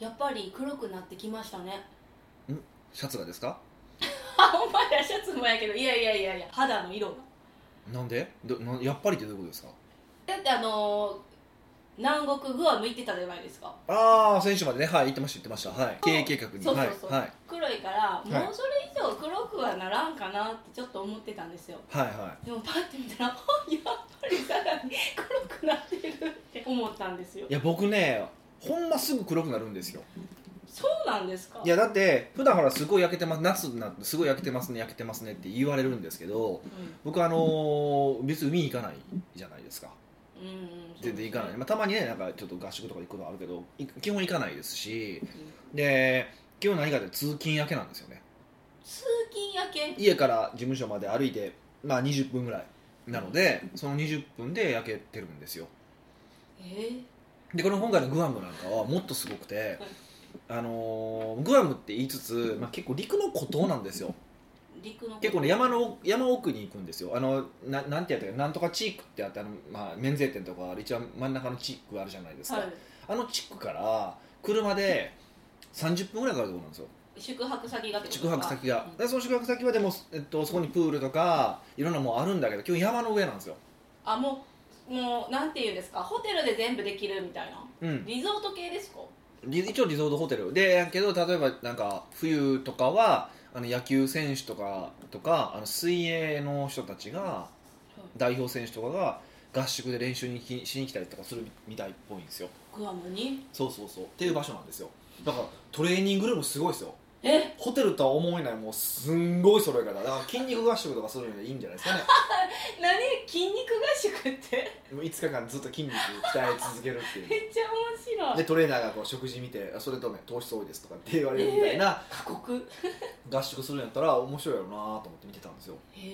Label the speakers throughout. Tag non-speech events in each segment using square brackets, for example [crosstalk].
Speaker 1: やっぱり黒くなってきましたね
Speaker 2: シャツがですか
Speaker 1: あ [laughs] お前らシャツもやけどいやいやいやいや肌の色が
Speaker 2: なんでどなやっぱりってどういうことですか
Speaker 1: だってあのー南国グアム行ってたじゃないですか
Speaker 2: ああ先週までねはい言ってました言ってましたはい経営計画に
Speaker 1: そうそうそう、
Speaker 2: はい、
Speaker 1: 黒いから
Speaker 2: い
Speaker 1: もうそれ以上黒くはならんかなってちょっと思ってたんですよ
Speaker 2: はいはいは
Speaker 1: でもパッて見たらあやっぱりさらに黒くなってるって思ったんですよ
Speaker 2: いいや僕ねほんますぐ黒くなるんですよ
Speaker 1: そうなんですか
Speaker 2: いやだって普段ほらすごい焼けてます夏になってすごい焼けてますね焼けてますねって言われるんですけど
Speaker 1: う
Speaker 2: 僕あのー別に海行かないじゃないですか
Speaker 1: んうんうん
Speaker 2: 全然行かない、まあ、たまにねなんかちょっと合宿とか行くことはあるけどい基本行かないですし
Speaker 1: うん
Speaker 2: で今日何かで通勤明けなんですよね
Speaker 1: 通勤やけん
Speaker 2: 家から事務所まで歩いて、まあ、20分ぐらいなのでその20分で焼けてるんですよ
Speaker 1: え
Speaker 2: でこの今回のグアムなんかはもっとすごくて、あのーグアムって言いつつ、まあ、結構陸の孤島なんですよ
Speaker 1: ー、陸の
Speaker 2: 結構ね山の山奥に行くんですよあのななんてやったっけなんとかチークってあってあの、まあ、免税店とかある一番真ん中のチークあるじゃないですか、
Speaker 1: は
Speaker 2: あの地区から車で30分ぐらいかかるところなんですよ
Speaker 1: い宿泊先がってこと
Speaker 2: 宿
Speaker 1: か
Speaker 2: 泊先が
Speaker 1: うん
Speaker 2: でその宿泊先はでも、えっと、そこにプールとかいろんなもんあるんだけど基本山の上なんですよ、
Speaker 1: あもうもうなんていうんですかホテルで全部できるみたいな
Speaker 2: うん、
Speaker 1: リゾート系ですか
Speaker 2: リ一応リゾートホテルでやけど例えばなんか冬とかはあの野球選手とかとかあの水泳の人たちが代表選手とかが合宿で練習にきしに来たりとかするみたいっぽいんですよ
Speaker 1: グアムに
Speaker 2: そうそうそうっていう場所なんですよだからトレーニングルームすごいですよ
Speaker 1: え
Speaker 2: ホテルとは思えないもうすんごい揃え方だから筋肉合宿とかするのにいいんじゃないですかね
Speaker 1: 何筋肉合宿って
Speaker 2: もう5日間ずっと筋肉鍛え続けるってい
Speaker 1: [laughs]
Speaker 2: う
Speaker 1: めっちゃ面白
Speaker 2: で
Speaker 1: い
Speaker 2: トレーナーがこう食事見てあそれとね糖質多いですとかって言われるみたいな
Speaker 1: 過酷
Speaker 2: 合宿するんやったら面白いやろうなと思って見てたんですよ
Speaker 1: へ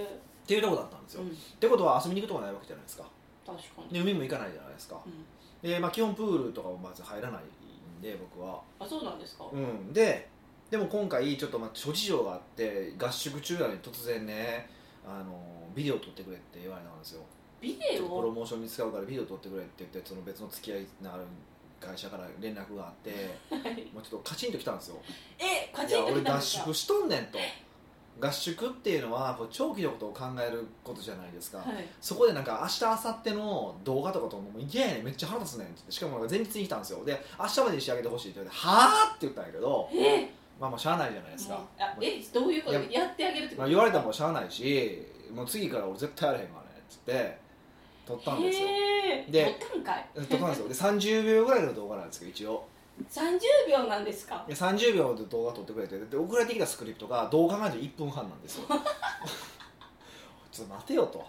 Speaker 1: え、
Speaker 2: っていうとこだったんです
Speaker 1: う
Speaker 2: よ、っ
Speaker 1: ん、
Speaker 2: てことは遊びに行くとこないわけじゃないですか
Speaker 1: 確かに、
Speaker 2: で海も行かないじゃないですか
Speaker 1: うん、
Speaker 2: で、まあ、基本プールとかもまず入らないんで僕は
Speaker 1: あそうなんですか、
Speaker 2: うん、ででも今回ちょっとまあ諸事情があって合宿中なのに突然ねあのビデオ撮ってくれって言われたんですよ
Speaker 1: ビデ
Speaker 2: ちょっとプロ
Speaker 1: オ
Speaker 2: モーションに使うからビデオ撮ってくれって言ってその別の付き合いのある会社から連絡があって
Speaker 1: はい
Speaker 2: もうちょっとカチンときたんですよ「
Speaker 1: えカ
Speaker 2: い
Speaker 1: チ
Speaker 2: や
Speaker 1: ンと
Speaker 2: 俺
Speaker 1: きたん
Speaker 2: 合
Speaker 1: ですか
Speaker 2: 宿しとんねん」と合宿っていうのはこう長期のことを考えることじゃないですか、
Speaker 1: はい
Speaker 2: そこでなんか明日明後日の動画とか撮るのもいやいやめっちゃ腹立つねんって言ってしかもなんか前日に来たんですよで明日までに仕上げてほしいって言われて「はあ?」って言ったんやけど
Speaker 1: え
Speaker 2: まあまあしゃあないじゃないですか
Speaker 1: もうあえどういうこと
Speaker 2: い
Speaker 1: やってあげるってこ
Speaker 2: まあ、
Speaker 1: と
Speaker 2: 言われたもんしゃあないしもう次から俺絶対やらへんからねっつって撮ったんですよ
Speaker 1: へえ
Speaker 2: で
Speaker 1: 撮ったんかい
Speaker 2: 撮ったんですよで30秒ぐらいの動画なんですけど一応
Speaker 1: 30秒なんですか
Speaker 2: で30秒で動画撮ってくれてで送られてきたスクリプトが動画が1分半なんですよ [laughs] ちょっと待てよと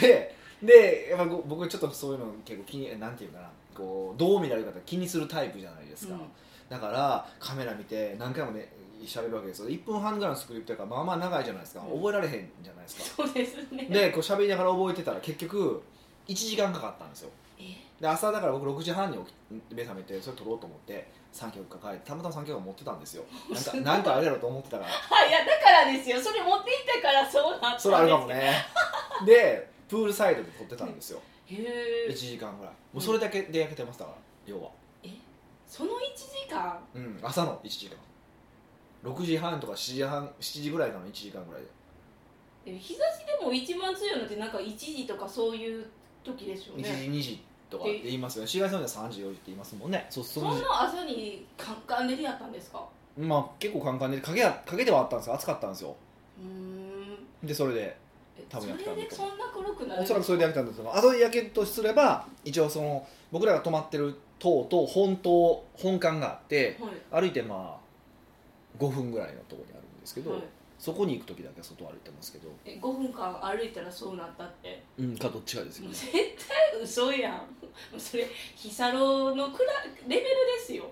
Speaker 2: ででやっぱこう僕ちょっとそういうの結構気になんていうかなこうどう見られるかって気にするタイプじゃないですか、
Speaker 1: うん
Speaker 2: だからカメラ見て何回もね喋るわけですよ1分半ぐらいのスクリプトやからまあまあ長いじゃないですか
Speaker 1: うん
Speaker 2: 覚えられへんじゃないですか
Speaker 1: そうですね
Speaker 2: でこう喋りながら覚えてたら結局1時間かかったんですよ
Speaker 1: え
Speaker 2: で朝だから僕6時半に起き目覚めてそれ撮ろうと思って3曲抱えてたまたま3曲持ってたんですよなんかなんかあれやろと思ってたから
Speaker 1: はい、いやだからですよそれ持っていったからそうなったんです
Speaker 2: それあるかもねでプールサイドで撮ってたんですよ
Speaker 1: へ
Speaker 2: 1
Speaker 1: え
Speaker 2: 時間ぐらいもうそれだけで焼けてましたから要は
Speaker 1: その1時間
Speaker 2: うん朝の1時間6時半とか7時半7時ぐらいからの1時間ぐらいで
Speaker 1: え日差しでも一番強いのってなんか1時とかそういう時ですよ
Speaker 2: 1時
Speaker 1: ね
Speaker 2: 2時とかって言いますよね紫外線では3時4時って言いますもんねそうそ
Speaker 1: そ
Speaker 2: の
Speaker 1: んな朝にカンカン照りやったんですか
Speaker 2: まあ結構カンカンで影や影ではあったんですよ暑かったんですよ
Speaker 1: うーん
Speaker 2: でそれで
Speaker 1: え
Speaker 2: 多
Speaker 1: そ
Speaker 2: 分や
Speaker 1: れ
Speaker 2: ったんだ
Speaker 1: で
Speaker 2: と
Speaker 1: そんな黒くなる
Speaker 2: おそらくそれでやってたんですけどあとでやけとすれば一応その僕らが泊まってる塔と本島本館があって
Speaker 1: はい
Speaker 2: 歩いてまあ5分ぐらいのところにあるんですけど、
Speaker 1: はい、
Speaker 2: そこに行く時だけ外歩いてますけど、
Speaker 1: え5分間歩いたらそうなったって
Speaker 2: うん、かどっちかですよ
Speaker 1: もう
Speaker 2: ね
Speaker 1: 絶対嘘やんもうそれヒサロのくらレベルですよ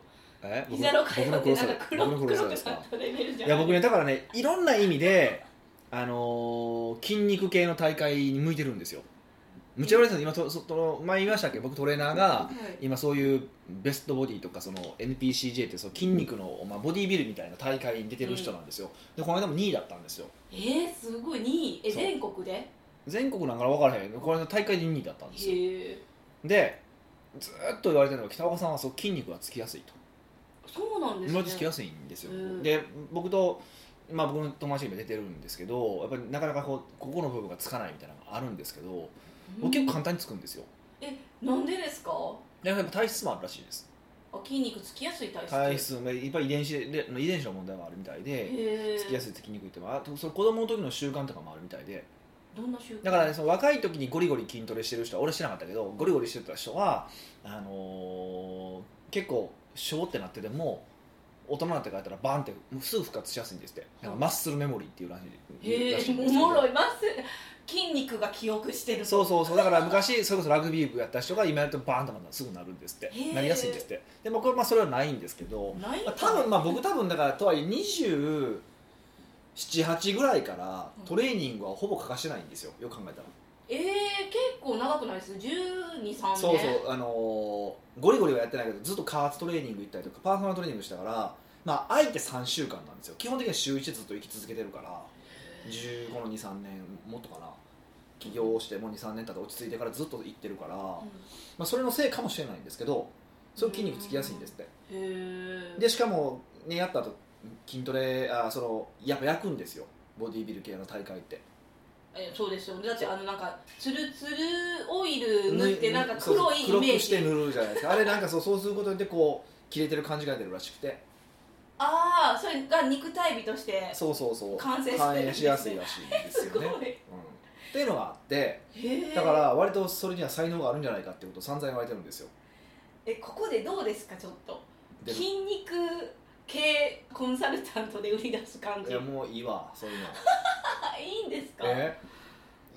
Speaker 2: え
Speaker 1: ヒサロ
Speaker 2: 僕
Speaker 1: 会話
Speaker 2: の
Speaker 1: って
Speaker 2: 黒
Speaker 1: なんか
Speaker 2: さ
Speaker 1: 黒
Speaker 2: 僕の
Speaker 1: 黒く
Speaker 2: 黒さ
Speaker 1: な
Speaker 2: で
Speaker 1: っ
Speaker 2: すか
Speaker 1: たレベルじゃ
Speaker 2: い
Speaker 1: な
Speaker 2: や
Speaker 1: い
Speaker 2: 僕ねだからねいろんな意味で、あのー筋肉系の大会に向いてるんですよむちゃぶりさん今とそその前言いましたっけ僕トレーナーが
Speaker 1: はい
Speaker 2: 今そういうベストボディとかその NPCJ ってその筋肉の、まあ、ボディビルみたいな大会に出てる人なんですよ、でこの間も2位だったんですよ
Speaker 1: えー、すごい2位え
Speaker 2: そう
Speaker 1: 全国でへ
Speaker 2: 全国なんから分からへんこの間大会で2位だったんですよ
Speaker 1: え
Speaker 2: でずーっと言われてるのが北岡さんはそう筋肉がつきやすいと
Speaker 1: そうなんですね
Speaker 2: 今時期安いんですよ、
Speaker 1: うん
Speaker 2: で僕と、まあ、僕の友達にも出てるんですけどやっぱりなかなかこうここの部分がつかないみたいなのがあるんですけど
Speaker 1: うん
Speaker 2: 僕結構簡単につくんですよ
Speaker 1: えなんでですか
Speaker 2: でやっぱ体質もあるらしいです
Speaker 1: あ筋肉つきやすい体質
Speaker 2: 体質まあやっぱり遺伝子で遺伝子の問題もあるみたいで
Speaker 1: へえ
Speaker 2: つきやすいつきにくいってもあとその子供の時の習慣とかもあるみたいで
Speaker 1: どんな習慣
Speaker 2: だから、ね、その若い時にゴリゴリ筋トレしてる人は俺はしてなかったけどゴリゴリしてた人はあのー結構しょーってなってても大人になってからやったらバンってもうすぐ復活しやすいんですってなんかマッスルメモリーっていうらしい
Speaker 1: へ
Speaker 2: ら
Speaker 1: え
Speaker 2: しいん
Speaker 1: お
Speaker 2: ですけど
Speaker 1: もろいます筋肉が記憶してる
Speaker 2: そうそうそうだから昔それこそラグビー部やった人が今やるとバーンとまたすぐなるんですって
Speaker 1: へー
Speaker 2: なりやすいんですってで僕はまあそれはないんですけど、
Speaker 1: ない
Speaker 2: まあ、多分まあ僕多分だからとはいえ278ぐらいからトレーニングはほぼ欠かしてないんですよよく考えたら。
Speaker 1: えー、結構長くないです1 2 3年
Speaker 2: そうそう、あのーゴリゴリはやってないけどずっと加圧トレーニング行ったりとかパーソナルトレーニングしたからまああえて3週間なんですよ基本的には週1ずっと生き続けてるから15の23年もっとかな起業してもう23年経って落ち着いてからずっと行ってるから、ま
Speaker 1: う
Speaker 2: あ、それのせいかもしれないんですけどそういう筋肉つきやすいんですって
Speaker 1: んへえ
Speaker 2: でしかもねやった後筋トレあそのやっぱ焼くんですよボディービル系の大会って
Speaker 1: えそうですよねだってあのなんかつるつるオイル塗ってなんか
Speaker 2: そうそう
Speaker 1: 黒いイメ
Speaker 2: 黒
Speaker 1: ー
Speaker 2: くして
Speaker 1: ジ
Speaker 2: 塗るじゃないですかあれなんかそうそうすることでこう切れてる感じが出るらしくて
Speaker 1: ああそれが肉体美として
Speaker 2: そうそうそう
Speaker 1: 完成してる
Speaker 2: 反映しやすいらしいんです
Speaker 1: すご
Speaker 2: よ
Speaker 1: い
Speaker 2: ね、うん、っ
Speaker 1: へ
Speaker 2: ていうのがあって
Speaker 1: え
Speaker 2: だから割とそれには才能があるんじゃないかってことを散々言われてるんですよ
Speaker 1: えここでどうですかちょっと
Speaker 2: で
Speaker 1: 筋肉系コンサルタントで売り出す感
Speaker 2: い
Speaker 1: じ
Speaker 2: やもういいわそういうの
Speaker 1: あいいんですか
Speaker 2: え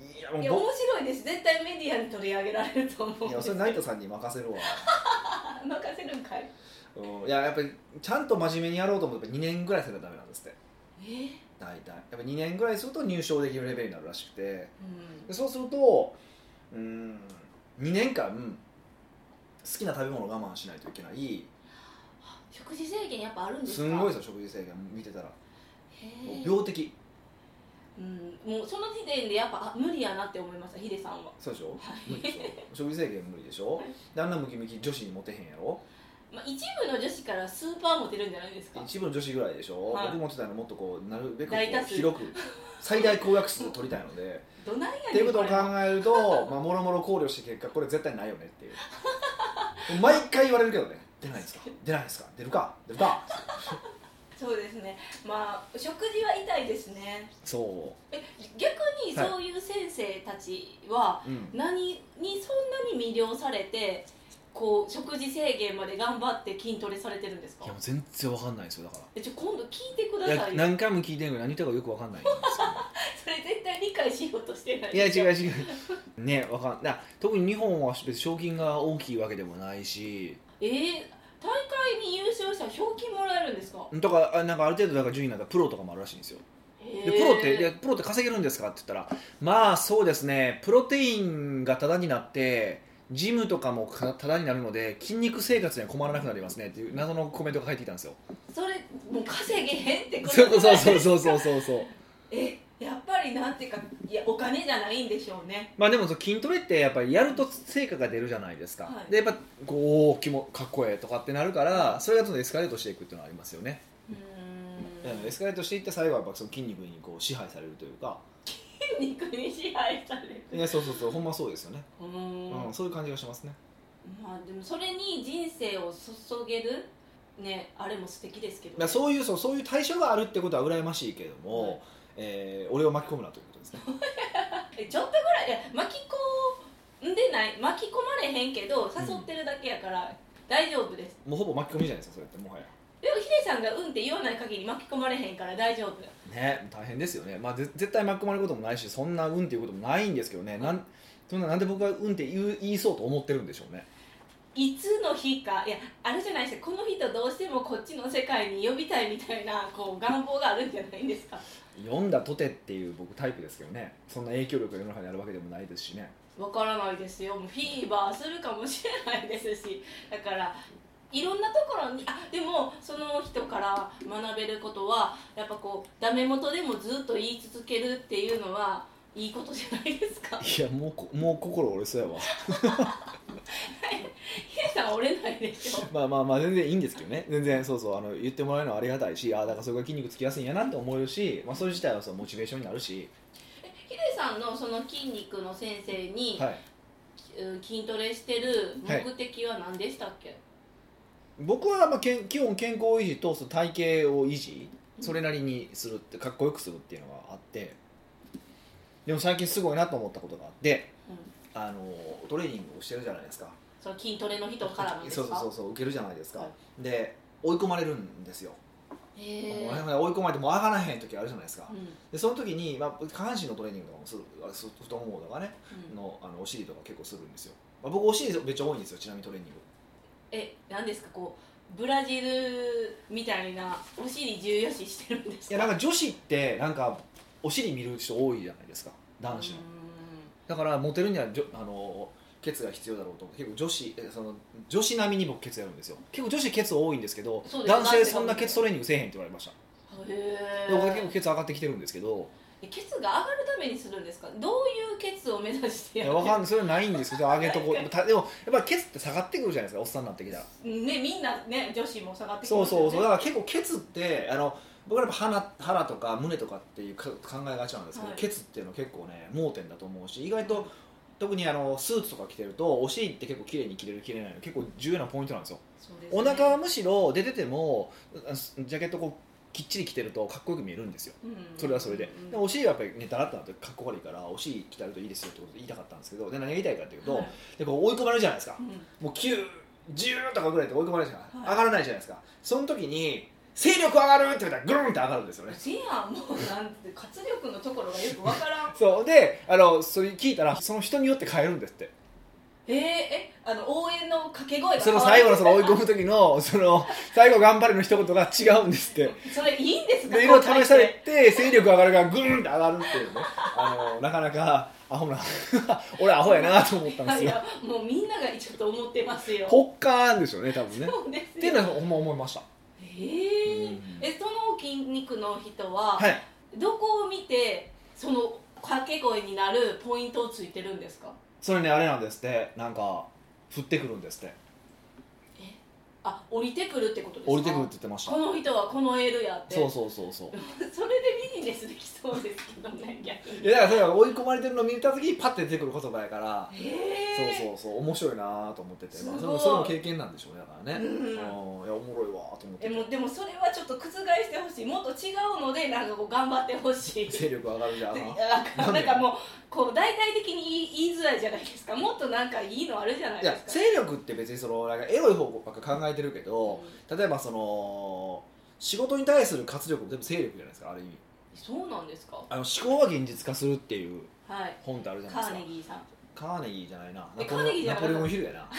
Speaker 2: いやも
Speaker 1: いや
Speaker 2: う
Speaker 1: 面白いです絶対メディアに取り上げられると思う
Speaker 2: 僕
Speaker 1: ん
Speaker 2: い
Speaker 1: で
Speaker 2: や
Speaker 1: す
Speaker 2: それ成田さんに任せるわ、
Speaker 1: あ任せるんかい
Speaker 2: うん、いややっぱりちゃんと真面目にやろうと思って2年ぐらいすればダメなんですって
Speaker 1: え
Speaker 2: 大体やっぱ2年ぐらいすると入賞できるレベルになるらしくて
Speaker 1: うん
Speaker 2: でそうするとうーん2年間好きな食べ物を我慢しないといけない
Speaker 1: 食事制限やっぱあるんです
Speaker 2: す
Speaker 1: か
Speaker 2: んごいですよ食事制限見てたら
Speaker 1: へ
Speaker 2: もう
Speaker 1: え
Speaker 2: 病的
Speaker 1: うん、もうその時点でやっぱあ無理やなって思いましたヒデさんは
Speaker 2: そうでしょ
Speaker 1: はい
Speaker 2: 無理でしょ食事制限無理でしょであんなムキムキ女子にモテへんやろ
Speaker 1: まあ、一部の女子からスーパーモテるんじゃないですか
Speaker 2: 一部の女子ぐらいでしょ、
Speaker 1: はい
Speaker 2: 僕持ってたのもっとこうなるべくこ
Speaker 1: 大多
Speaker 2: う
Speaker 1: 数
Speaker 2: 広く最大公約数を取りたいので
Speaker 1: どないや
Speaker 2: って
Speaker 1: ね
Speaker 2: い
Speaker 1: ん
Speaker 2: うことを考えると [laughs] まあもろもろ考慮して結果これ絶対ないよねっていう毎回言われるけどね出ないですか出ないですか出るか出るか
Speaker 1: そうですねまあ食事は痛いですね
Speaker 2: そ
Speaker 1: え逆にそういう先生たちは
Speaker 2: う、うん、
Speaker 1: 何にそんなに魅了されてこう食事制限まで頑張って筋トレされてるんですか
Speaker 2: いやもう全然わかんないですよだか
Speaker 1: えちょ今度聞いてくだ
Speaker 2: らい
Speaker 1: さ
Speaker 2: や
Speaker 1: いよ
Speaker 2: 何回も聞いてるけど何言ってるかよくわ [laughs] かんないんですよね
Speaker 1: それ絶対理解しようとしてない
Speaker 2: いや
Speaker 1: です
Speaker 2: 違う違うねわかんな特に日本は別に賞金が大きいわけでもないし
Speaker 1: えー大会に優勝したら賞金もらえるんですか
Speaker 2: とかあなんかある程度なんか順位なんかプロとかもあるらしいんですよで
Speaker 1: で
Speaker 2: プロってでプロって稼げるんですかって言ったらまあそうですねプロテインがタダになってジムとかもかタダになるので筋肉生活には困らなくなりますねっていう謎のコメントが入ってきたんですよ
Speaker 1: それもう稼げへんってこと
Speaker 2: そうそうそうそうそうそうそう
Speaker 1: えやっぱりなんていうかいやお金じゃないんでしょうね
Speaker 2: [laughs] まあでもその筋トレってやっぱりやると成果が出るじゃないですか、
Speaker 1: はい
Speaker 2: でやっぱこうおお気もかっこええとかってなるからそれがどんどんエスカレートしていくっていうのはありますよね、
Speaker 1: う
Speaker 2: エ
Speaker 1: ーん
Speaker 2: スカレートしていって最後はやっぱその筋肉にこう支配されるというか
Speaker 1: 筋 [laughs] 肉に支配される
Speaker 2: いやそうそうそうほんまそうですよね、
Speaker 1: うー
Speaker 2: うんんそういう感じがしますね
Speaker 1: まあでもそれに人生を注げるねあれも素敵ですけど、
Speaker 2: まあそういうそうそういう対象があるってことは羨ましいけれども、
Speaker 1: はい
Speaker 2: えー俺を巻き込むなということですね
Speaker 1: えちょっとぐらいいや巻き込んでない巻き込まれへんけど誘ってるだけやから、大丈夫です
Speaker 2: もうほぼ巻き込みじゃないですかそれってもはや
Speaker 1: でもヒデさんが「うん」って言わない限り巻き込まれへんから大丈夫
Speaker 2: ね大変ですよね、まあ、ぜ絶対巻き込まれることもないしそんな運っていうこともないんですけどねなんそんななんで僕が運って言う言いそうと思ってるんでしょうね
Speaker 1: いつの日かいやあれじゃないですかこの人どうしてもこっちの世界に呼びたいみたいなこう願望があるんじゃないんですか
Speaker 2: 読んだとてっていう僕タイプですけどねそんな影響力が世の中にあるわけでもないですしね
Speaker 1: わからないですよもうフィーバーするかもしれないですしだからいろんなところにあでもその人から学べることはやっぱこうダメ元でもずっと言い続けるっていうのはいいことじゃないですか
Speaker 2: いやもうこもう心折れそうやわ
Speaker 1: ヒデさん折れないでしょ
Speaker 2: [laughs] まあまあまあ全然いいんですけどね全然そうそうあの言ってもらえるのはありがたいしああだからそれが筋肉つきやすいんやなって思えるし、まあ、それ自体はそのモチベーションになるし、
Speaker 1: えヒデさんのその筋肉の先生に、
Speaker 2: はい、
Speaker 1: うん筋トレしてる目的は何でしたっけ、
Speaker 2: 僕はまあけん基本健康維持とその体型を維持それなりにするってかっこよくするっていうのがあってでも最近すごいなと思ったことがあって
Speaker 1: うん
Speaker 2: あのトレーニングをしてるじゃないですか
Speaker 1: その筋トレの人からのです
Speaker 2: そ
Speaker 1: か
Speaker 2: うそうそうそう受けるじゃないですか、
Speaker 1: は
Speaker 2: で追い込まれるんですよ、
Speaker 1: へえ
Speaker 2: もう追い込まれてもう上がらへん時あるじゃないですか、
Speaker 1: うん
Speaker 2: でその時に、まあ、下半身のトレーニングとかもするあす太ももとかね
Speaker 1: うん
Speaker 2: のあのお尻とか結構するんですよ、まあ、僕お尻めっちゃ多いんですよちなみにトレーニング
Speaker 1: え何ですかこうブラジルみたいなお尻重要視してるんです
Speaker 2: い
Speaker 1: か
Speaker 2: やなんか女子ってなんかお尻見る人多いじゃないですか男子の、だからモテるにはじょあのケツが必要だろうと思って結構女子えその女子並みに僕ケツやるんですよ結構女子ケツ多いんですけど
Speaker 1: そうです
Speaker 2: 男性そんなケツトレーニングせえへんって言われました
Speaker 1: うーんへ
Speaker 2: で僕は結構
Speaker 1: ー
Speaker 2: ケツ上がってきてるんですけど
Speaker 1: えケツが上がるためにするんですかどういうケツを目指して
Speaker 2: い
Speaker 1: や
Speaker 2: や
Speaker 1: る
Speaker 2: わかんないそれはないんですけど上げとこうたでもやっぱりケツって下がってくるじゃないですかおっさんになってきたら
Speaker 1: ねみんなね女子も下がってき
Speaker 2: そう
Speaker 1: ますよ
Speaker 2: そ
Speaker 1: ね
Speaker 2: うそうだから結構ケツってあの僕らやっぱ腹腹とか胸とかっていうか考えがちなんですけど、
Speaker 1: はい
Speaker 2: ケツっていうのは結構ね盲点だと思うし意外と特にあのスーツとか着てるとお尻って結構綺麗に着れる着れないの結構重要なポイントなんですよ
Speaker 1: そうですね
Speaker 2: お腹はむしろ出ててもあジャケットこうきっちり着てるとかっこよく見えるんですよ
Speaker 1: うん
Speaker 2: それはそれで,、
Speaker 1: うん
Speaker 2: でお尻はやっぱりねだらっとなってかっこ悪いからお尻着たるといいですよってことで言いたかったんですけどで何が言いたいかっていうと、
Speaker 1: はい
Speaker 2: でこう追い込まれるじゃないですか
Speaker 1: うん
Speaker 2: もう9、10とかぐらいで追い込まれるじゃない、
Speaker 1: はい
Speaker 2: 上がらないじゃないですか、その時に、勢力上がるって言ったら、ぐるんって上がるんですよね。
Speaker 1: せやんもうなんて活力のところがよくわ
Speaker 2: [laughs]
Speaker 1: からん
Speaker 2: そうであのそれ聞いたらその人によって変えるんですって
Speaker 1: えー、えあの応援の掛け声が
Speaker 2: そ
Speaker 1: 変
Speaker 2: の
Speaker 1: わる
Speaker 2: 最後のその追い込む時のその最後頑張れの一言が違うんですって
Speaker 1: それいいんですか
Speaker 2: でいろいろ試されて勢力上がるからぐるんって上がるっていうねあのなかなかアホな [laughs] 俺アホやなと思ったんです
Speaker 1: い
Speaker 2: よ
Speaker 1: やもうみんながちょっと思ってますよ
Speaker 2: ポッカーンでしょうね多分ね
Speaker 1: そうですよ
Speaker 2: っていうのはほんま思いました
Speaker 1: へー
Speaker 2: うん
Speaker 1: えその筋肉の人は、
Speaker 2: はい
Speaker 1: どこを見てその掛け声になるポイントをついてるんですか
Speaker 2: それねあれなんですってなんか降ってくるんですって
Speaker 1: あ降りてくるってことですか
Speaker 2: 降りてくるって言ってました
Speaker 1: この人はこの L やって
Speaker 2: そうそうそうそう
Speaker 1: それでビジネスできそうですけど
Speaker 2: [laughs]
Speaker 1: ね逆に
Speaker 2: いやだからそれは追い込まれてるのを見た時にパッて出てくる言葉やから、
Speaker 1: へー
Speaker 2: そうそうそう面白いなと思ってて、まあ、
Speaker 1: すごい
Speaker 2: それもそれも経験なんでしょうねだからね、
Speaker 1: うん
Speaker 2: あのいやおもろいわと思って
Speaker 1: えもう
Speaker 2: て
Speaker 1: でもそれはちょっと覆してほしいもっと違うのでなんかこう頑張ってほし
Speaker 2: [laughs]
Speaker 1: い
Speaker 2: 勢力上がるじゃん
Speaker 1: なんかなんかもうこう大々的に言い言いづらいじゃないですかもっとなんかいいのあるじゃない
Speaker 2: い
Speaker 1: で
Speaker 2: や
Speaker 1: すか
Speaker 2: 勢力って別にそのなんかエロい方ばっか考えてるけど、例えばその仕事に対する活力も全部勢力じゃないですかある意味
Speaker 1: そうなんですか
Speaker 2: あの思考は現実化するっていう
Speaker 1: はい
Speaker 2: 本ってあるじゃな
Speaker 1: カ
Speaker 2: いで
Speaker 1: ー
Speaker 2: すか
Speaker 1: ネギーさん
Speaker 2: カーネギーじゃないな
Speaker 1: え
Speaker 2: ナポ
Speaker 1: カーネギー
Speaker 2: レオ
Speaker 1: じゃ
Speaker 2: ン
Speaker 1: なか
Speaker 2: ナ
Speaker 1: っ
Speaker 2: ポ
Speaker 1: た
Speaker 2: レオンヒルやな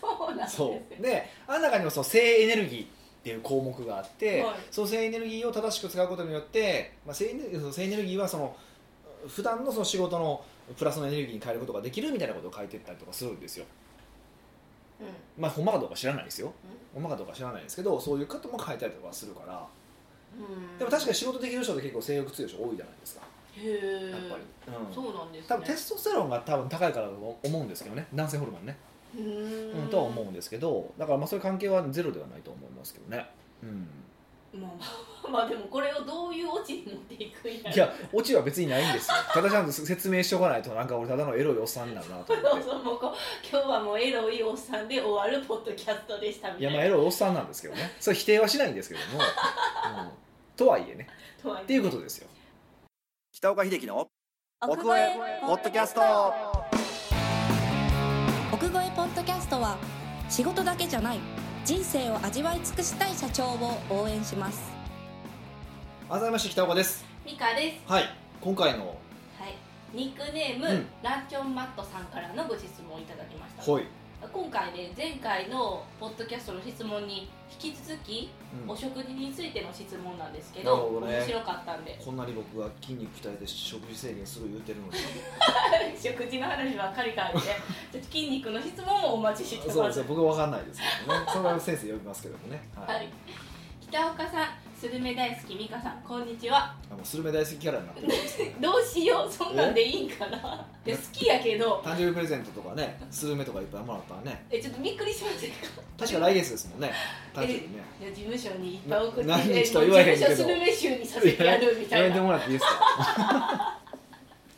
Speaker 1: そうなんですよ
Speaker 2: そうであん中にもその性エネルギーっていう項目があって、
Speaker 1: はい
Speaker 2: その性エネルギーを正しく使うことによって、まあ、性エネその性エネルギーはその普段のその仕事のプラスのエネルギーに変えることができるみたいなことを書いてったりとかするんですよ
Speaker 1: うん
Speaker 2: まあほんまかどうか知らないですよほんまかどうか知らないですけどそういうことも書いたりとかするから
Speaker 1: うん
Speaker 2: でも確かに仕事できる人って結構性欲強い人多いじゃないですか
Speaker 1: にへえ
Speaker 2: やっぱり、うん
Speaker 1: そうなんですね
Speaker 2: 多分テストステロンが多分高いからだと思うんですけどね男性ホルモンね
Speaker 1: うーん
Speaker 2: うん、とは思うんですけどだからまあそういう関係はゼロではないと思いますけどね、うん、
Speaker 1: まあ [laughs] まあまあでもこれをどういうオチに持っていくんや
Speaker 2: いやオチは別にないんですよただちゃんと説明しておかないとなんか俺ただのエロいおっさんになるなと
Speaker 1: [laughs] そ
Speaker 2: 思っ
Speaker 1: うそうもうこう今日はもうエロいおっさんで終わるポッドキャストでした
Speaker 2: て
Speaker 1: み
Speaker 2: いや
Speaker 1: たい
Speaker 2: ま
Speaker 1: な
Speaker 2: あエロいおっさんなんですけどねそれ否定はしないんですけども、うん、とはいえね
Speaker 1: とは言
Speaker 2: っ
Speaker 1: って
Speaker 2: いうことですよ北岡秀樹の奥越えポッドキャスト
Speaker 3: 奥越えポッドキャストは仕事だけじゃない人生を味わい尽くしたい社長を応援します
Speaker 2: 改めまして北岡です
Speaker 1: ミカです
Speaker 2: はい今回の
Speaker 1: はいニックネーム、
Speaker 2: うん
Speaker 1: ランチョンマットさんからのご質問をいただきました
Speaker 2: 「ほい」
Speaker 1: 今回ね前回のポッドキャストの質問に引き続き、
Speaker 2: うん
Speaker 1: お食事についての質問なんですけ
Speaker 2: なる
Speaker 1: ど
Speaker 2: ほどね
Speaker 1: 面白かったんで [laughs]
Speaker 2: こんなに僕が筋肉鍛えて食事制限する言うてるのに
Speaker 1: 食事の話ばっかりかんでちょっと筋肉の質問をお待ちして
Speaker 2: [laughs] そう
Speaker 1: ま
Speaker 2: です
Speaker 1: す
Speaker 2: よ僕は分かんないですけどねそれは先生呼びますけどもね、
Speaker 1: はい、北北岡さんスルメ大好き美香さんこんにちは
Speaker 2: あもうスルメ大好きキャラになってるんですね
Speaker 1: どうしようそんなんでいいんかないや好きやけど
Speaker 2: 誕生日プレゼントとかねスルメとかいっぱいもらったらね
Speaker 1: えちょっとびっくりしましたか
Speaker 2: 確か来月ですもんね誕生日ね
Speaker 1: いや事務所にいっぱい送って
Speaker 2: な何
Speaker 1: え
Speaker 2: 日とは言わへんけど
Speaker 1: 事務所スルメ集にさせてやるみた
Speaker 2: や
Speaker 1: い
Speaker 2: めて
Speaker 1: な
Speaker 2: もらっていいです
Speaker 1: [laughs]
Speaker 2: か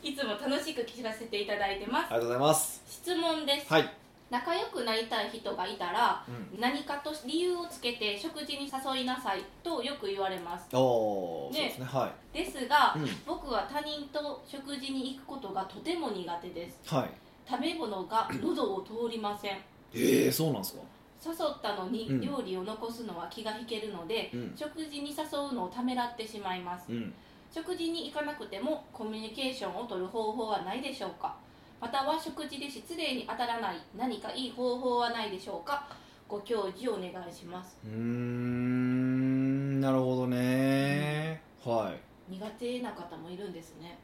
Speaker 1: いつも楽しく聞かせていただいて
Speaker 2: あ
Speaker 1: ま
Speaker 2: りがとうございます
Speaker 1: す質問です、
Speaker 2: はい、
Speaker 1: 仲良くなりたい人がいたら
Speaker 2: うん、
Speaker 1: 何かと理由をつけて食事に誘いなさいとよく言われます
Speaker 2: おー、
Speaker 1: ね
Speaker 2: そうですねは
Speaker 1: ですが、
Speaker 2: い、うん、
Speaker 1: 僕は他人と食事に行くことがとても苦手です
Speaker 2: はい
Speaker 1: 食べ物が喉を通りません
Speaker 2: ええー、そうなんですか
Speaker 1: 誘ったのに
Speaker 2: うん
Speaker 1: 料理を残すのは気が引けるので、
Speaker 2: うん
Speaker 1: 食事に誘うのをためらってしまいます
Speaker 2: うん
Speaker 1: 食事に行かなくてもコミュニケーションを取る方法はないでしょうかまたは食事で失礼に当たらない何かいい方法はないでしょうかご教示お願いします
Speaker 2: うーんなるほどね、はい
Speaker 1: 苦手な方もいるんですね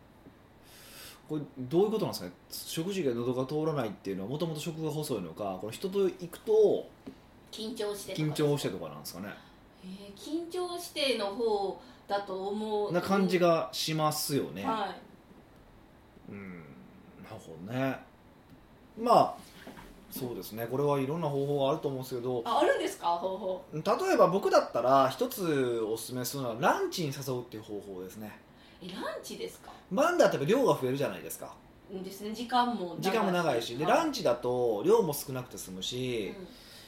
Speaker 2: これどういうことなんですかね食事が喉が通らないっていうのはもともと食が細いのかこの人と行くと
Speaker 1: 緊張してとか
Speaker 2: 緊張してとかなんですかね
Speaker 1: えー緊張しての方だと思う
Speaker 2: な感じがしますよね、
Speaker 1: はい
Speaker 2: うんなるほどねまあそうですねこれはいろんな方法があると思うんですけど
Speaker 1: ああるんですか方法
Speaker 2: 例えば僕だったら一つおすすめするのはランチに誘うっていう方法ですね
Speaker 1: えランチですか
Speaker 2: ランだとやっぱ量が増えるじゃないですか
Speaker 1: うんですね時間も
Speaker 2: 時間も長いしでランチだと量も少なくて済む
Speaker 1: チ
Speaker 2: し、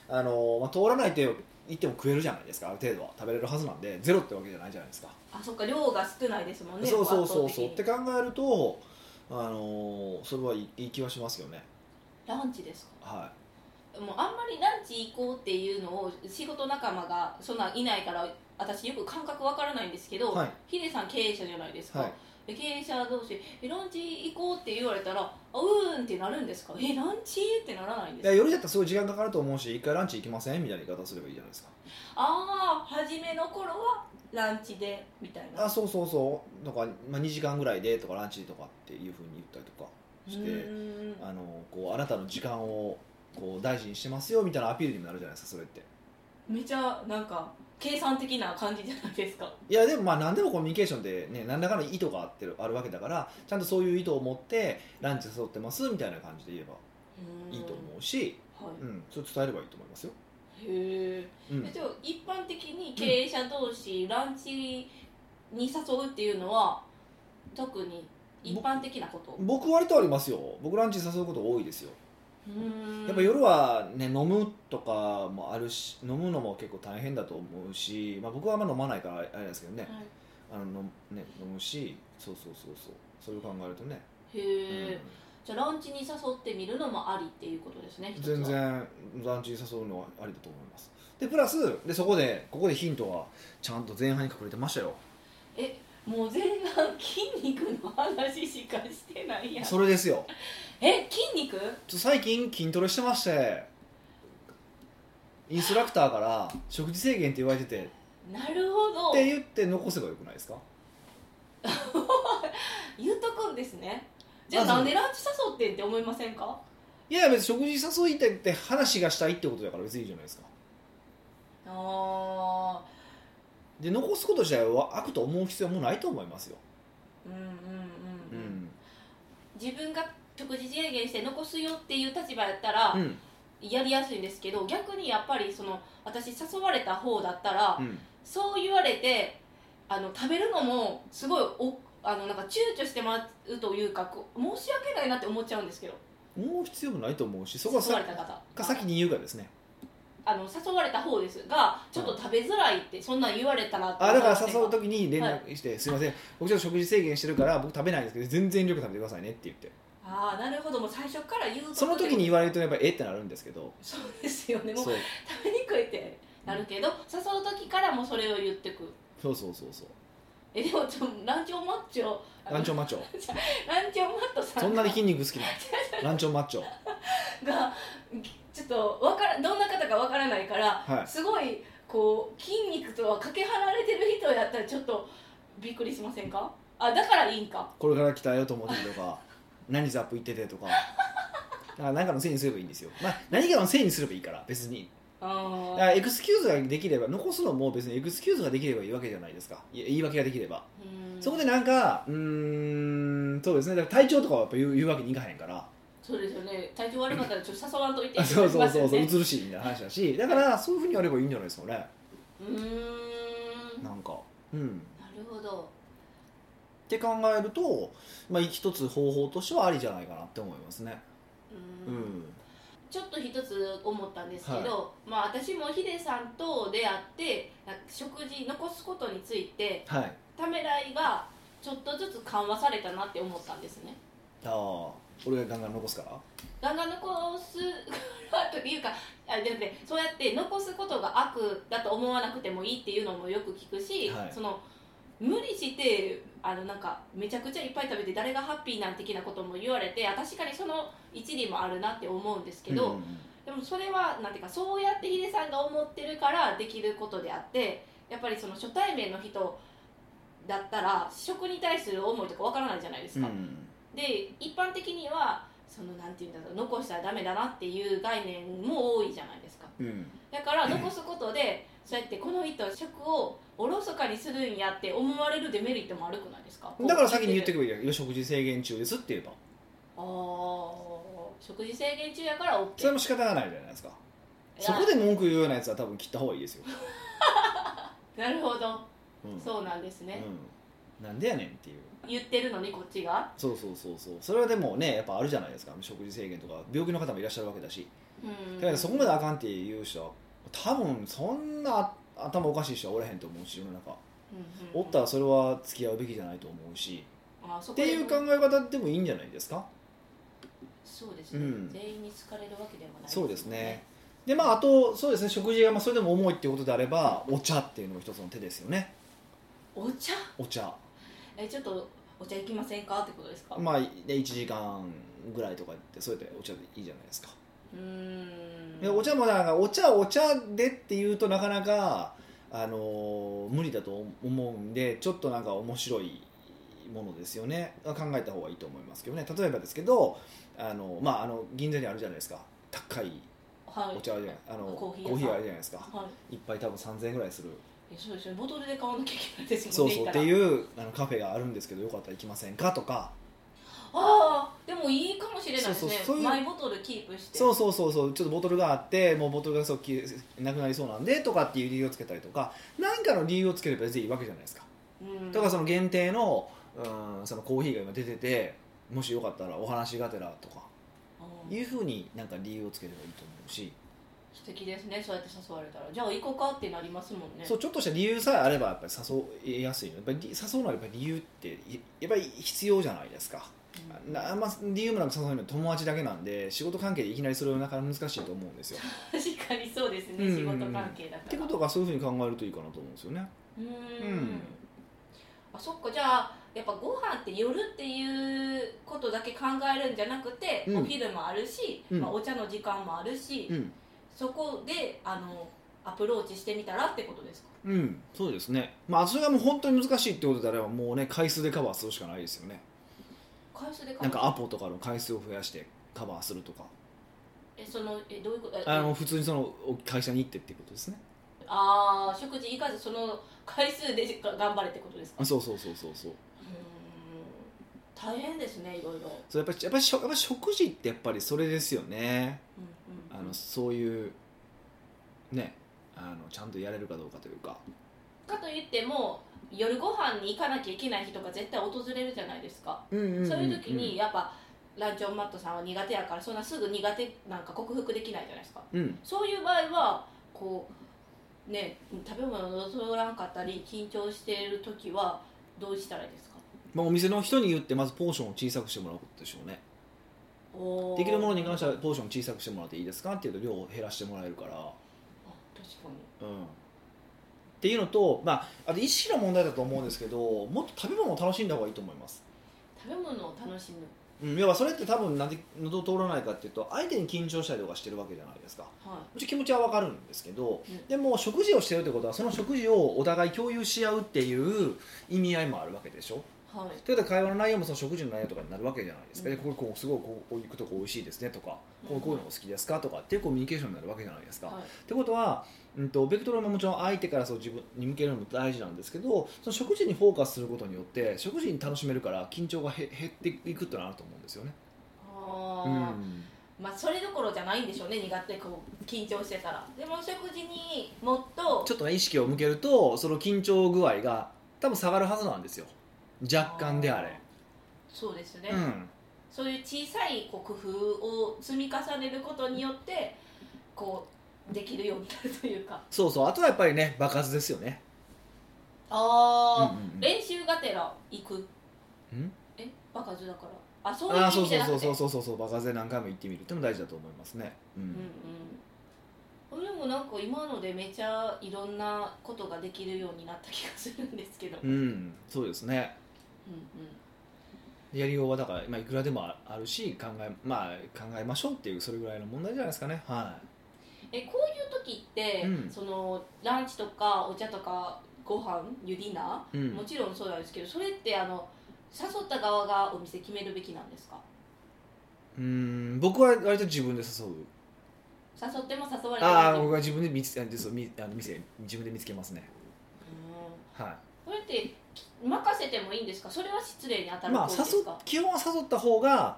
Speaker 2: あのまあ、通らないって言っても食えるじゃないですかある程度は食べれるはずなんでゼロってわけじゃないじゃないですか、
Speaker 1: あそっか量が少ないですもんね
Speaker 2: そうそうそう
Speaker 1: 圧
Speaker 2: そうっ
Speaker 1: 倒
Speaker 2: て
Speaker 1: 的に
Speaker 2: 考えるとあのそれはいいいい気はしますよね
Speaker 1: ランチですか
Speaker 2: は
Speaker 1: もうあんまりランチ行こうっていうのを仕事仲間がそんなんいないから私よく感覚わからないんですけど、
Speaker 2: はい
Speaker 1: ヒデさん経営者じゃないです
Speaker 2: い
Speaker 1: か、
Speaker 2: はい
Speaker 1: で経営者同士えランチ行こうって言われたらあうーんってなるんですかえランチってならないんで
Speaker 2: い
Speaker 1: すか
Speaker 2: や夜だったらすごい時間かかると思うし一回ランチ行きませんみたいな言い方すればいいじゃないですか
Speaker 1: ああ初めの頃はランチでみたいな
Speaker 2: あそうそうそうとか、まあ、2時間ぐらいでとかランチとかっていうふうに言ったりとかし
Speaker 1: う
Speaker 2: て
Speaker 1: ーん
Speaker 2: あのこうあなたの時間をこう大事にしてますよみたいなアピールにもなるじゃないですかそれって
Speaker 1: めちゃなんか計算的な感じじゃないですか
Speaker 2: いやでもまあ何でもコミュニケーションでね何らかの意図があってるあるわけだからちゃんとそういう意図を持ってランチ誘ってますみたいな感じで言えばいいと思うし、
Speaker 1: うーん、は
Speaker 2: うん、それ伝えればいいと思いますよ、
Speaker 1: い、へえ
Speaker 2: うん、
Speaker 1: じゃあ一般的に経営者同士、ランチに誘うっていうのは特に一般的なこと
Speaker 2: 僕割とありますよ僕ランチ誘うこと多いですよ
Speaker 1: うーん
Speaker 2: やっぱ夜はね飲むとかもあるし飲むのも結構大変だと思うし、まあ、僕はあんま飲まないからあれなんですけどね
Speaker 1: はい
Speaker 2: あの飲むね飲むしそうそうそうそうそれを考えるとね、
Speaker 1: へえ、じゃあランチに誘ってみるのもありっていうことですね
Speaker 2: うん
Speaker 1: 一つは
Speaker 2: 全然ランチに誘うのはありだと思いますでプラスでそこでここでヒントがちゃんと前半に隠れてましたよ
Speaker 1: もう前半筋肉の話しかしてないやん
Speaker 2: それですよ
Speaker 1: え筋肉
Speaker 2: ちょっと最近筋トレしてましてインストラクターから食事制限って言われてて
Speaker 1: なるほど
Speaker 2: って言って残せばよくないですか
Speaker 1: 言うとくんですねじゃあ
Speaker 2: まず
Speaker 1: なんでランチ誘ってんって思いませんか
Speaker 2: いや別に食事誘いたいって話がしたいってことだから別にいいじゃないですか
Speaker 1: ああ
Speaker 2: で残すこと自体は悪と思う必要もないと思いますよ、
Speaker 1: うんうん
Speaker 2: う
Speaker 1: うん、うん、
Speaker 2: ん
Speaker 1: 自分が食事制限して残すよっていう立場やったら
Speaker 2: うん
Speaker 1: やりやすいんですけど逆にやっぱりその私誘われた方だったら
Speaker 2: うん
Speaker 1: そう言われてあの食べるのもすごいおあのなんか躊躇してもらうというかこう申し訳ないなって思っちゃうんですけど
Speaker 2: 思う必要もないと思うしそこは
Speaker 1: 誘わ
Speaker 2: さ
Speaker 1: れた方
Speaker 2: か先に言うかですね
Speaker 1: あの誘われた方ですがちょっと食べづらいってそんなん言われたなって
Speaker 2: あだから誘
Speaker 1: 思
Speaker 2: う
Speaker 1: って
Speaker 2: 時に連絡して、すいません僕ちょっと食事制限してるから僕食べないんですけど全然力食べてくださいねって言って
Speaker 1: ああなるほどもう最初から言うこと
Speaker 2: その時に言われるとやっぱえってなるんですけど
Speaker 1: そうですよねもう
Speaker 2: そう
Speaker 1: 食べにくいってなるけど誘う時からもうそれを言ってく
Speaker 2: そうそうそうそう
Speaker 1: えでもちょランチョンマッチョあの
Speaker 2: ランチョンマッチョ
Speaker 1: ランチョンマットさんが
Speaker 2: そんなに筋肉好きなのランチョンマッチョ
Speaker 1: がちょっとわからどんな方かわからないから、
Speaker 2: はい
Speaker 1: すごいこう筋肉とはかけ離れてる人やったらちょっとびっくりしませんかあだからいいんか
Speaker 2: これから鍛えようと思ってると [laughs] か何ザップ行っててとかだから何かのせいにすればいいんですよ、まあ、何かのせいにすればいいから別に
Speaker 1: あ
Speaker 2: だ
Speaker 1: あ
Speaker 2: か
Speaker 1: ー
Speaker 2: らエクスキューズができれば残すのも別にエクスキューズができればいいわけじゃないですかい言い訳ができれば
Speaker 1: うん
Speaker 2: そこでなんかうーんそうですねだから体調とかはやっぱ言う言うわけにいかへんから
Speaker 1: そうですよね体調悪かったらちょっと誘わんといて
Speaker 2: あ [laughs] そうそうそうそう
Speaker 1: う
Speaker 2: うつるしいみたいな話だしだからそういうふうにやればいいんじゃないですかね
Speaker 1: うーんな
Speaker 2: なんかうん
Speaker 1: るほど
Speaker 2: って考えると、まあ、一つ方法としてはありじゃないかなって思いますね
Speaker 1: う
Speaker 2: うんん
Speaker 1: ちょっと一つ思ったんですけど、まあ私もヒデさんと出会ってなんか食事残すことについて
Speaker 2: はい
Speaker 1: ためらいがちょっとずつ緩和されたなって思ったんですね
Speaker 2: ああ俺がガンガン残すから
Speaker 1: ガンガン残すというか [laughs] あでもねそうやって残すことが悪だと思わなくてもいいっていうのもよく聞くし、
Speaker 2: はい
Speaker 1: その無理してあのなんかめちゃくちゃいっぱい食べて誰がハッピーなん的なことも言われてあ確かにその一理もあるなって思うんですけど、
Speaker 2: うんうん
Speaker 1: でもそれはなんていうかそうやってヒデさんが思ってるからできることであってやっぱりその初対面の人だったら食に対する思いとかわからないじゃないです
Speaker 2: うん
Speaker 1: か、
Speaker 2: うん
Speaker 1: で一般的にはそのなんていうんだろう残したらダメだなっていう概念も多いじゃないですか
Speaker 2: うん
Speaker 1: だから残すことでそうやってこの人は食をおろそかにするんやって思われるデメリットも悪くないですか
Speaker 2: だから先に言って
Speaker 1: く
Speaker 2: くればいいよ食事制限中ですって言えば
Speaker 1: ああ食事制限中やから OK
Speaker 2: それも仕方がないじゃないですかそこで文句言うようなやつは多分切った方がいいですよ、
Speaker 1: あなるほど、
Speaker 2: うん、
Speaker 1: そうなんですね、
Speaker 2: うん、なんでやねんっていう
Speaker 1: 言ってるのにこっちが
Speaker 2: そうそうそうそうそれはでもねやっぱあるじゃないですか食事制限とか病気の方もいらっしゃるわけだし
Speaker 1: うん
Speaker 2: だからそこまであかんっていう人は多分そんな頭おかしい人はおらへんと思うし世の
Speaker 1: う
Speaker 2: 中
Speaker 1: んうん
Speaker 2: おったらそれは付き合うべきじゃないと思うし
Speaker 1: あそ
Speaker 2: っ
Speaker 1: こ
Speaker 2: て
Speaker 1: で
Speaker 2: いう考え方でもいいんじゃないですか
Speaker 1: そうですね、
Speaker 2: うん
Speaker 1: 全員に好かれるわけではない
Speaker 2: そうですねでまああとそうですね食事がまあそれでも重いっていうことであればお茶っていうのも一つの手ですよね
Speaker 1: お茶
Speaker 2: お茶
Speaker 1: えちょっとお茶行きませんかってことですか
Speaker 2: まあで1時間ぐらいとかってそれでお茶でいいじゃないですか
Speaker 1: うーん
Speaker 2: でお茶もなんかお茶お茶でっていうとなかなか、あのー無理だと思うんでちょっとなんか面白いものですよね考えた方がいいと思いますけどね例えばですけどあの、まあ、あの銀座にあるじゃないですか高い
Speaker 1: はい
Speaker 2: お茶あるじゃないあの
Speaker 1: コ
Speaker 2: コ
Speaker 1: ー
Speaker 2: ー
Speaker 1: ヒ
Speaker 2: ヒ
Speaker 1: ー
Speaker 2: ー
Speaker 1: 屋さん
Speaker 2: あるじゃないですか
Speaker 1: はい
Speaker 2: 一杯多分3000円ぐらいする
Speaker 1: えそうですねボトルで買わなきゃいけないです
Speaker 2: そ
Speaker 1: もんね
Speaker 2: うそうって
Speaker 1: う
Speaker 2: いうあのカフェがあるんですけどよかったら行きませんかとか
Speaker 1: ああでもいいかもしれないですね
Speaker 2: そうそうそういう
Speaker 1: マイボトルキープして
Speaker 2: そうそうそうそうちょっとボトルがあってもうボトルがそうきなくなりそうなんでとかっていう理由をつけたりとか何かの理由をつければ全然いいわけじゃないですか
Speaker 1: うん
Speaker 2: だからその限定のうんそのコーヒーが今出ててもしよかったらお話がてらとか
Speaker 1: うん
Speaker 2: いうふうになんか理由をつければいいと思うし、
Speaker 1: 素敵ですねそうやって誘われたらじゃあ行こうかってなりますもんね
Speaker 2: そうちょっとした理由さえあればやっぱり誘いやすいのやっぱりり誘うのはやっぱり理由っていやっぱり必要じゃないですか、
Speaker 1: うん
Speaker 2: なまあ、理由もなく誘うのは友達だけなんで仕事関係でいきなりそれはなかなか難しいと思うんです [laughs] よ
Speaker 1: 確かにそうですね、
Speaker 2: うん
Speaker 1: 仕事関係だから
Speaker 2: ってことがそういうふうに考えるといいかなと思うんですよね
Speaker 1: うーん
Speaker 2: うん
Speaker 1: あそっかじゃあやっぱご飯って夜っていうことだけ考えるんじゃなくて、
Speaker 2: うん
Speaker 1: お昼もあるし、
Speaker 2: うん
Speaker 1: まあ、お茶の時間もあるし、
Speaker 2: うん
Speaker 1: そこであのアプローチしてみたらってことですか
Speaker 2: うん、そうですね、まあ、それがもう本当に難しいってことであればもうね回数でカバーするしかないですよね
Speaker 1: 回数で考え
Speaker 2: なんかアポとかの回数を増やしてカバーするとか
Speaker 1: えそのえどういうことえ
Speaker 2: あの普通にそのお会社に行ってっていうことですね
Speaker 1: あー食事行かずその回数でが頑張れってことですか
Speaker 2: あそうそうそうそうそう
Speaker 1: うーん大変ですねいろいろ、
Speaker 2: そうやっぱりやっぱりしょやっぱり食事ってやっぱりそれですよね
Speaker 1: うんうん
Speaker 2: あのそういうねあのちゃんとやれるかどうかというか
Speaker 1: かといっても夜ご飯に行かなきゃいけない日とか絶対訪れるじゃないですか
Speaker 2: そう
Speaker 1: そういう時にやっぱランチョンマットさんは苦手やからそんなすぐ苦手なんか克服できないじゃないですか
Speaker 2: うん
Speaker 1: そういう場合はこうね食べ物を取らんかったり緊張している時はどうしたらいいですか
Speaker 2: まあ、お店の人に言ってまずポーションを小さくしてもらうことでしょうねできるものに関して
Speaker 1: は
Speaker 2: はポーションを小さくしてもらっていいですかっていうと量を減らしてもらえるから
Speaker 1: 確かに
Speaker 2: うんっていうのと、まあ、あと意識の問題だと思うんですけどもっと食べ物を楽しんだ方がいいと思います、
Speaker 1: 食べ物を楽しむ
Speaker 2: うん、要はそれって多分なんで喉通らないかっていうと相手に緊張したりとかしてるわけじゃないですかも
Speaker 1: は
Speaker 2: ちろん気持ちは分かるんですけど、
Speaker 1: うん
Speaker 2: でも食事をしてるってことはその食事をお互い共有し合うっていう意味合いもあるわけでしょ
Speaker 1: いはい
Speaker 2: ということで会話の内容もその食事の内容とかになるわけじゃないですか、
Speaker 1: うん
Speaker 2: でこここうすごいこうこう行くとこ美味しいですねとか、こ
Speaker 1: う
Speaker 2: うんこういうのお好きですかとかっていうコミュニケーションになるわけじゃないですか。
Speaker 1: はい
Speaker 2: ってことは、うん、とベクトルももちろん相手からそう自分に向けるのも大事なんですけどその食事にフォーカスすることによって食事に楽しめるから緊張がへ減っていくってのはあると思うんですよね。
Speaker 1: あー
Speaker 2: うん
Speaker 1: まあそれどころじゃないんでしょうね苦手こう緊張してたらでも食事にもっと
Speaker 2: ちょっとね意識を向けるとその緊張具合が多分下がるはずなんですよ若干であれ
Speaker 1: そうですね、
Speaker 2: うん
Speaker 1: そういう小さいこう工夫を積み重ねることによってこうできるようになるというか
Speaker 2: そうそうあとはやっぱりね場数ですよね
Speaker 1: あ
Speaker 2: うんうんうん
Speaker 1: 練習がてら行く
Speaker 2: うん
Speaker 1: えバカ数だからあそういう
Speaker 2: あ
Speaker 1: 意
Speaker 2: あそう
Speaker 1: 味じ
Speaker 2: そ
Speaker 1: ゃ
Speaker 2: う
Speaker 1: なくて
Speaker 2: そうそうそうそうそう場数で何回も行ってみるってのも大事だと思いますねうん、
Speaker 1: うんうんでもなんか今のでめちゃいろんなことができるようになった気がするんですけど、うん
Speaker 2: うんそうですねやりようはだから、まあ、いくらでもああるし考え,、まあ、考えましょうっていうそれぐらいの問題じゃないですかねは
Speaker 1: えこういう時って、
Speaker 2: うん
Speaker 1: そのランチとかお茶とかご飯ゆディナ
Speaker 2: い、う
Speaker 1: ーも
Speaker 2: ん、
Speaker 1: ちろんそうなんですけどそれってあの誘った側がお店決めるべきなんですか
Speaker 2: うん僕は割と自分で誘う
Speaker 1: 誘っても誘われても
Speaker 2: ああ
Speaker 1: うん
Speaker 2: 僕は自分で見つけあそうみあの店自分で見つけますねはい
Speaker 1: それってき任せてもいいんですかそれは失礼に当たる
Speaker 2: まあ、
Speaker 1: 行為
Speaker 2: 誘
Speaker 1: で
Speaker 2: っ
Speaker 1: すか、
Speaker 2: 基本は誘った方が、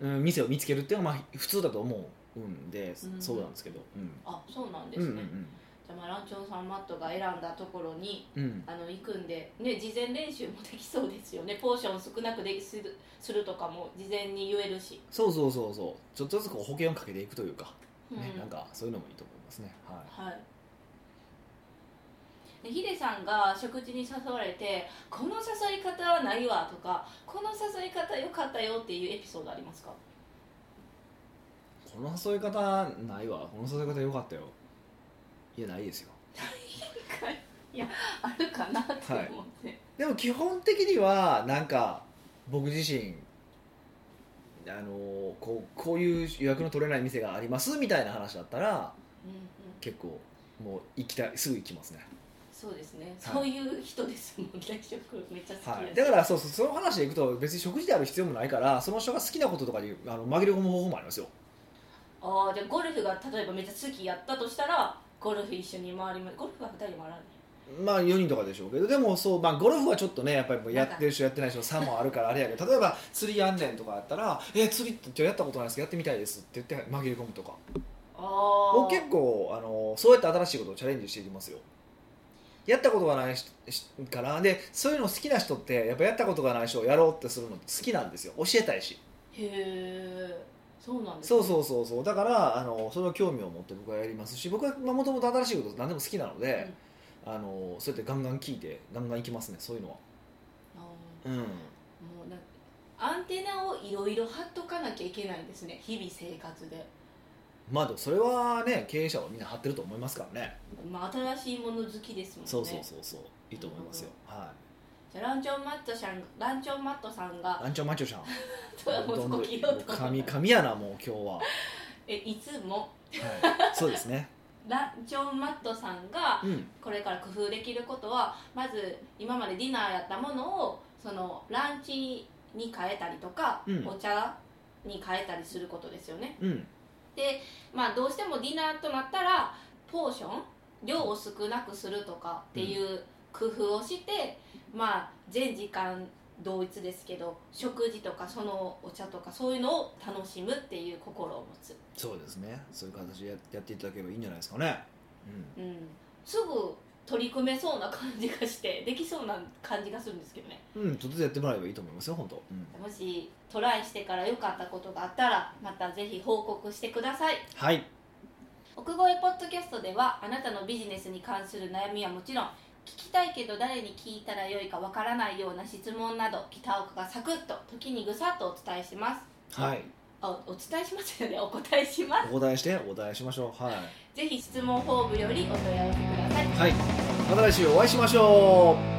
Speaker 2: うん、店を見つけるっていうのはまあ普通だと思うんで、
Speaker 1: うん
Speaker 2: そうなんですけど、うん、
Speaker 1: あそうなんで
Speaker 2: うん
Speaker 1: す
Speaker 2: う
Speaker 1: ね、
Speaker 2: ん
Speaker 1: じゃあまあランチョンさんマットが選んだところに
Speaker 2: うんうん
Speaker 1: あの行くんで、ね、事前練習もできそうですよねポーション少なくできするするとかも事前に言えるし、
Speaker 2: そうそうそうそうちょっとずつこう保険をかけていくというか、
Speaker 1: うん
Speaker 2: ねなんかそういうのもいいと思いますねは
Speaker 1: はいでヒデさんが食事に誘われて「この誘い方はないわ」とか「この誘い方良かったよ」っていうエピソードありますか
Speaker 2: いこの誘い方ないわこの誘い方よかったよいやないですよ
Speaker 1: あるかなと思って、
Speaker 2: でも基本的にはなんか僕自身あのこうこういう予約の取れない店がありますみたいな話だったら
Speaker 1: うんうん、
Speaker 2: 結構もう行きたいすぐ行きますね
Speaker 1: そうですね、そういう人ですもんね食めっちゃ好き
Speaker 2: は
Speaker 1: や
Speaker 2: い、
Speaker 1: し
Speaker 2: だからそうそうその話でいくと別に食事である必要もないからその人が好きなこととかにあの紛れ込む方法もありますよ
Speaker 1: ああじゃあゴルフが例えばめっちゃ好きやったとしたらゴルフ一緒に回りまゴルフは2人で回らない
Speaker 2: まあ4人とかでしょうけどでもそう、まあ、ゴルフはちょっとねやっぱりもうやってる人やってない人の差もあるからあれやけど例えば釣りやんねんとかやったら「え釣りってやったことないですけどやってみたいです」って言って紛れ込むとか
Speaker 1: ああ
Speaker 2: 僕結構あのそうやって新しいことをチャレンジしていきますよやったことがないししからでそういうの好きな人ってやっぱやったことがない人をやろうってするの好きなんですよ教えたいし
Speaker 1: へえそうなんです
Speaker 2: そう
Speaker 1: う
Speaker 2: そうそうそうだからあのその興味を持って僕はやりますし僕はもともと新しいこと何でも好きなので、あのそうやってガンガン聞いてガンガン行きますねそういうのはうん
Speaker 1: もうなんかアンテナをいろいろ張っとかなきゃいけないんですね日々生活で、
Speaker 2: まあでもそれはね経営者はみんな張ってると思いますからね
Speaker 1: まあ、新しいもの好きですもんね
Speaker 2: そうそうそうそういいと思いますよ、は
Speaker 1: じゃあランチョンマットさんランチョンマットさん [laughs]
Speaker 2: い
Speaker 1: が
Speaker 2: ランチョンマンチョさん
Speaker 1: そうやもうそこ切ろうと思
Speaker 2: 神
Speaker 1: った
Speaker 2: 神やなもう今日は、は
Speaker 1: えいつも
Speaker 2: い、そうですね
Speaker 1: ランチョンマットさんが
Speaker 2: うん
Speaker 1: これから工夫できることはまず今までディナーやったものをそのランチに変えたりとか、
Speaker 2: うん
Speaker 1: お茶に変えたりすることですよね
Speaker 2: うん
Speaker 1: まあどうしてもディナーとなったらポーション量を少なくするとかっていう工夫をして、まあ全時間同一ですけど食事とかそのお茶とかそういうのを楽しむっていう心を持つ、
Speaker 2: そうですねそういう形でややっていただければいいんじゃないですかねうん
Speaker 1: うん、すぐ取り組めそうな感じがしてできそうな感じがするんですけどね
Speaker 2: うん、ちょっとずつやってもらえばいいと思いますよ、本当。うん、
Speaker 1: もしトライしてから良かったことがあったらまたぜひ報告してください
Speaker 2: はい、
Speaker 1: 奥越えポッドキャストではあなたのビジネスに関する悩みはもちろん聞きたいけど誰に聞いたらよいかわからないような質問など北岡がサクッと時にぐさっとお伝えします
Speaker 2: はい、
Speaker 1: あお伝えしますよねお答えします
Speaker 2: お答えしてお答えしましょうはい、
Speaker 1: ぜひ質問フォームよりお問い合わせください
Speaker 2: はい、また来週お会いしましょう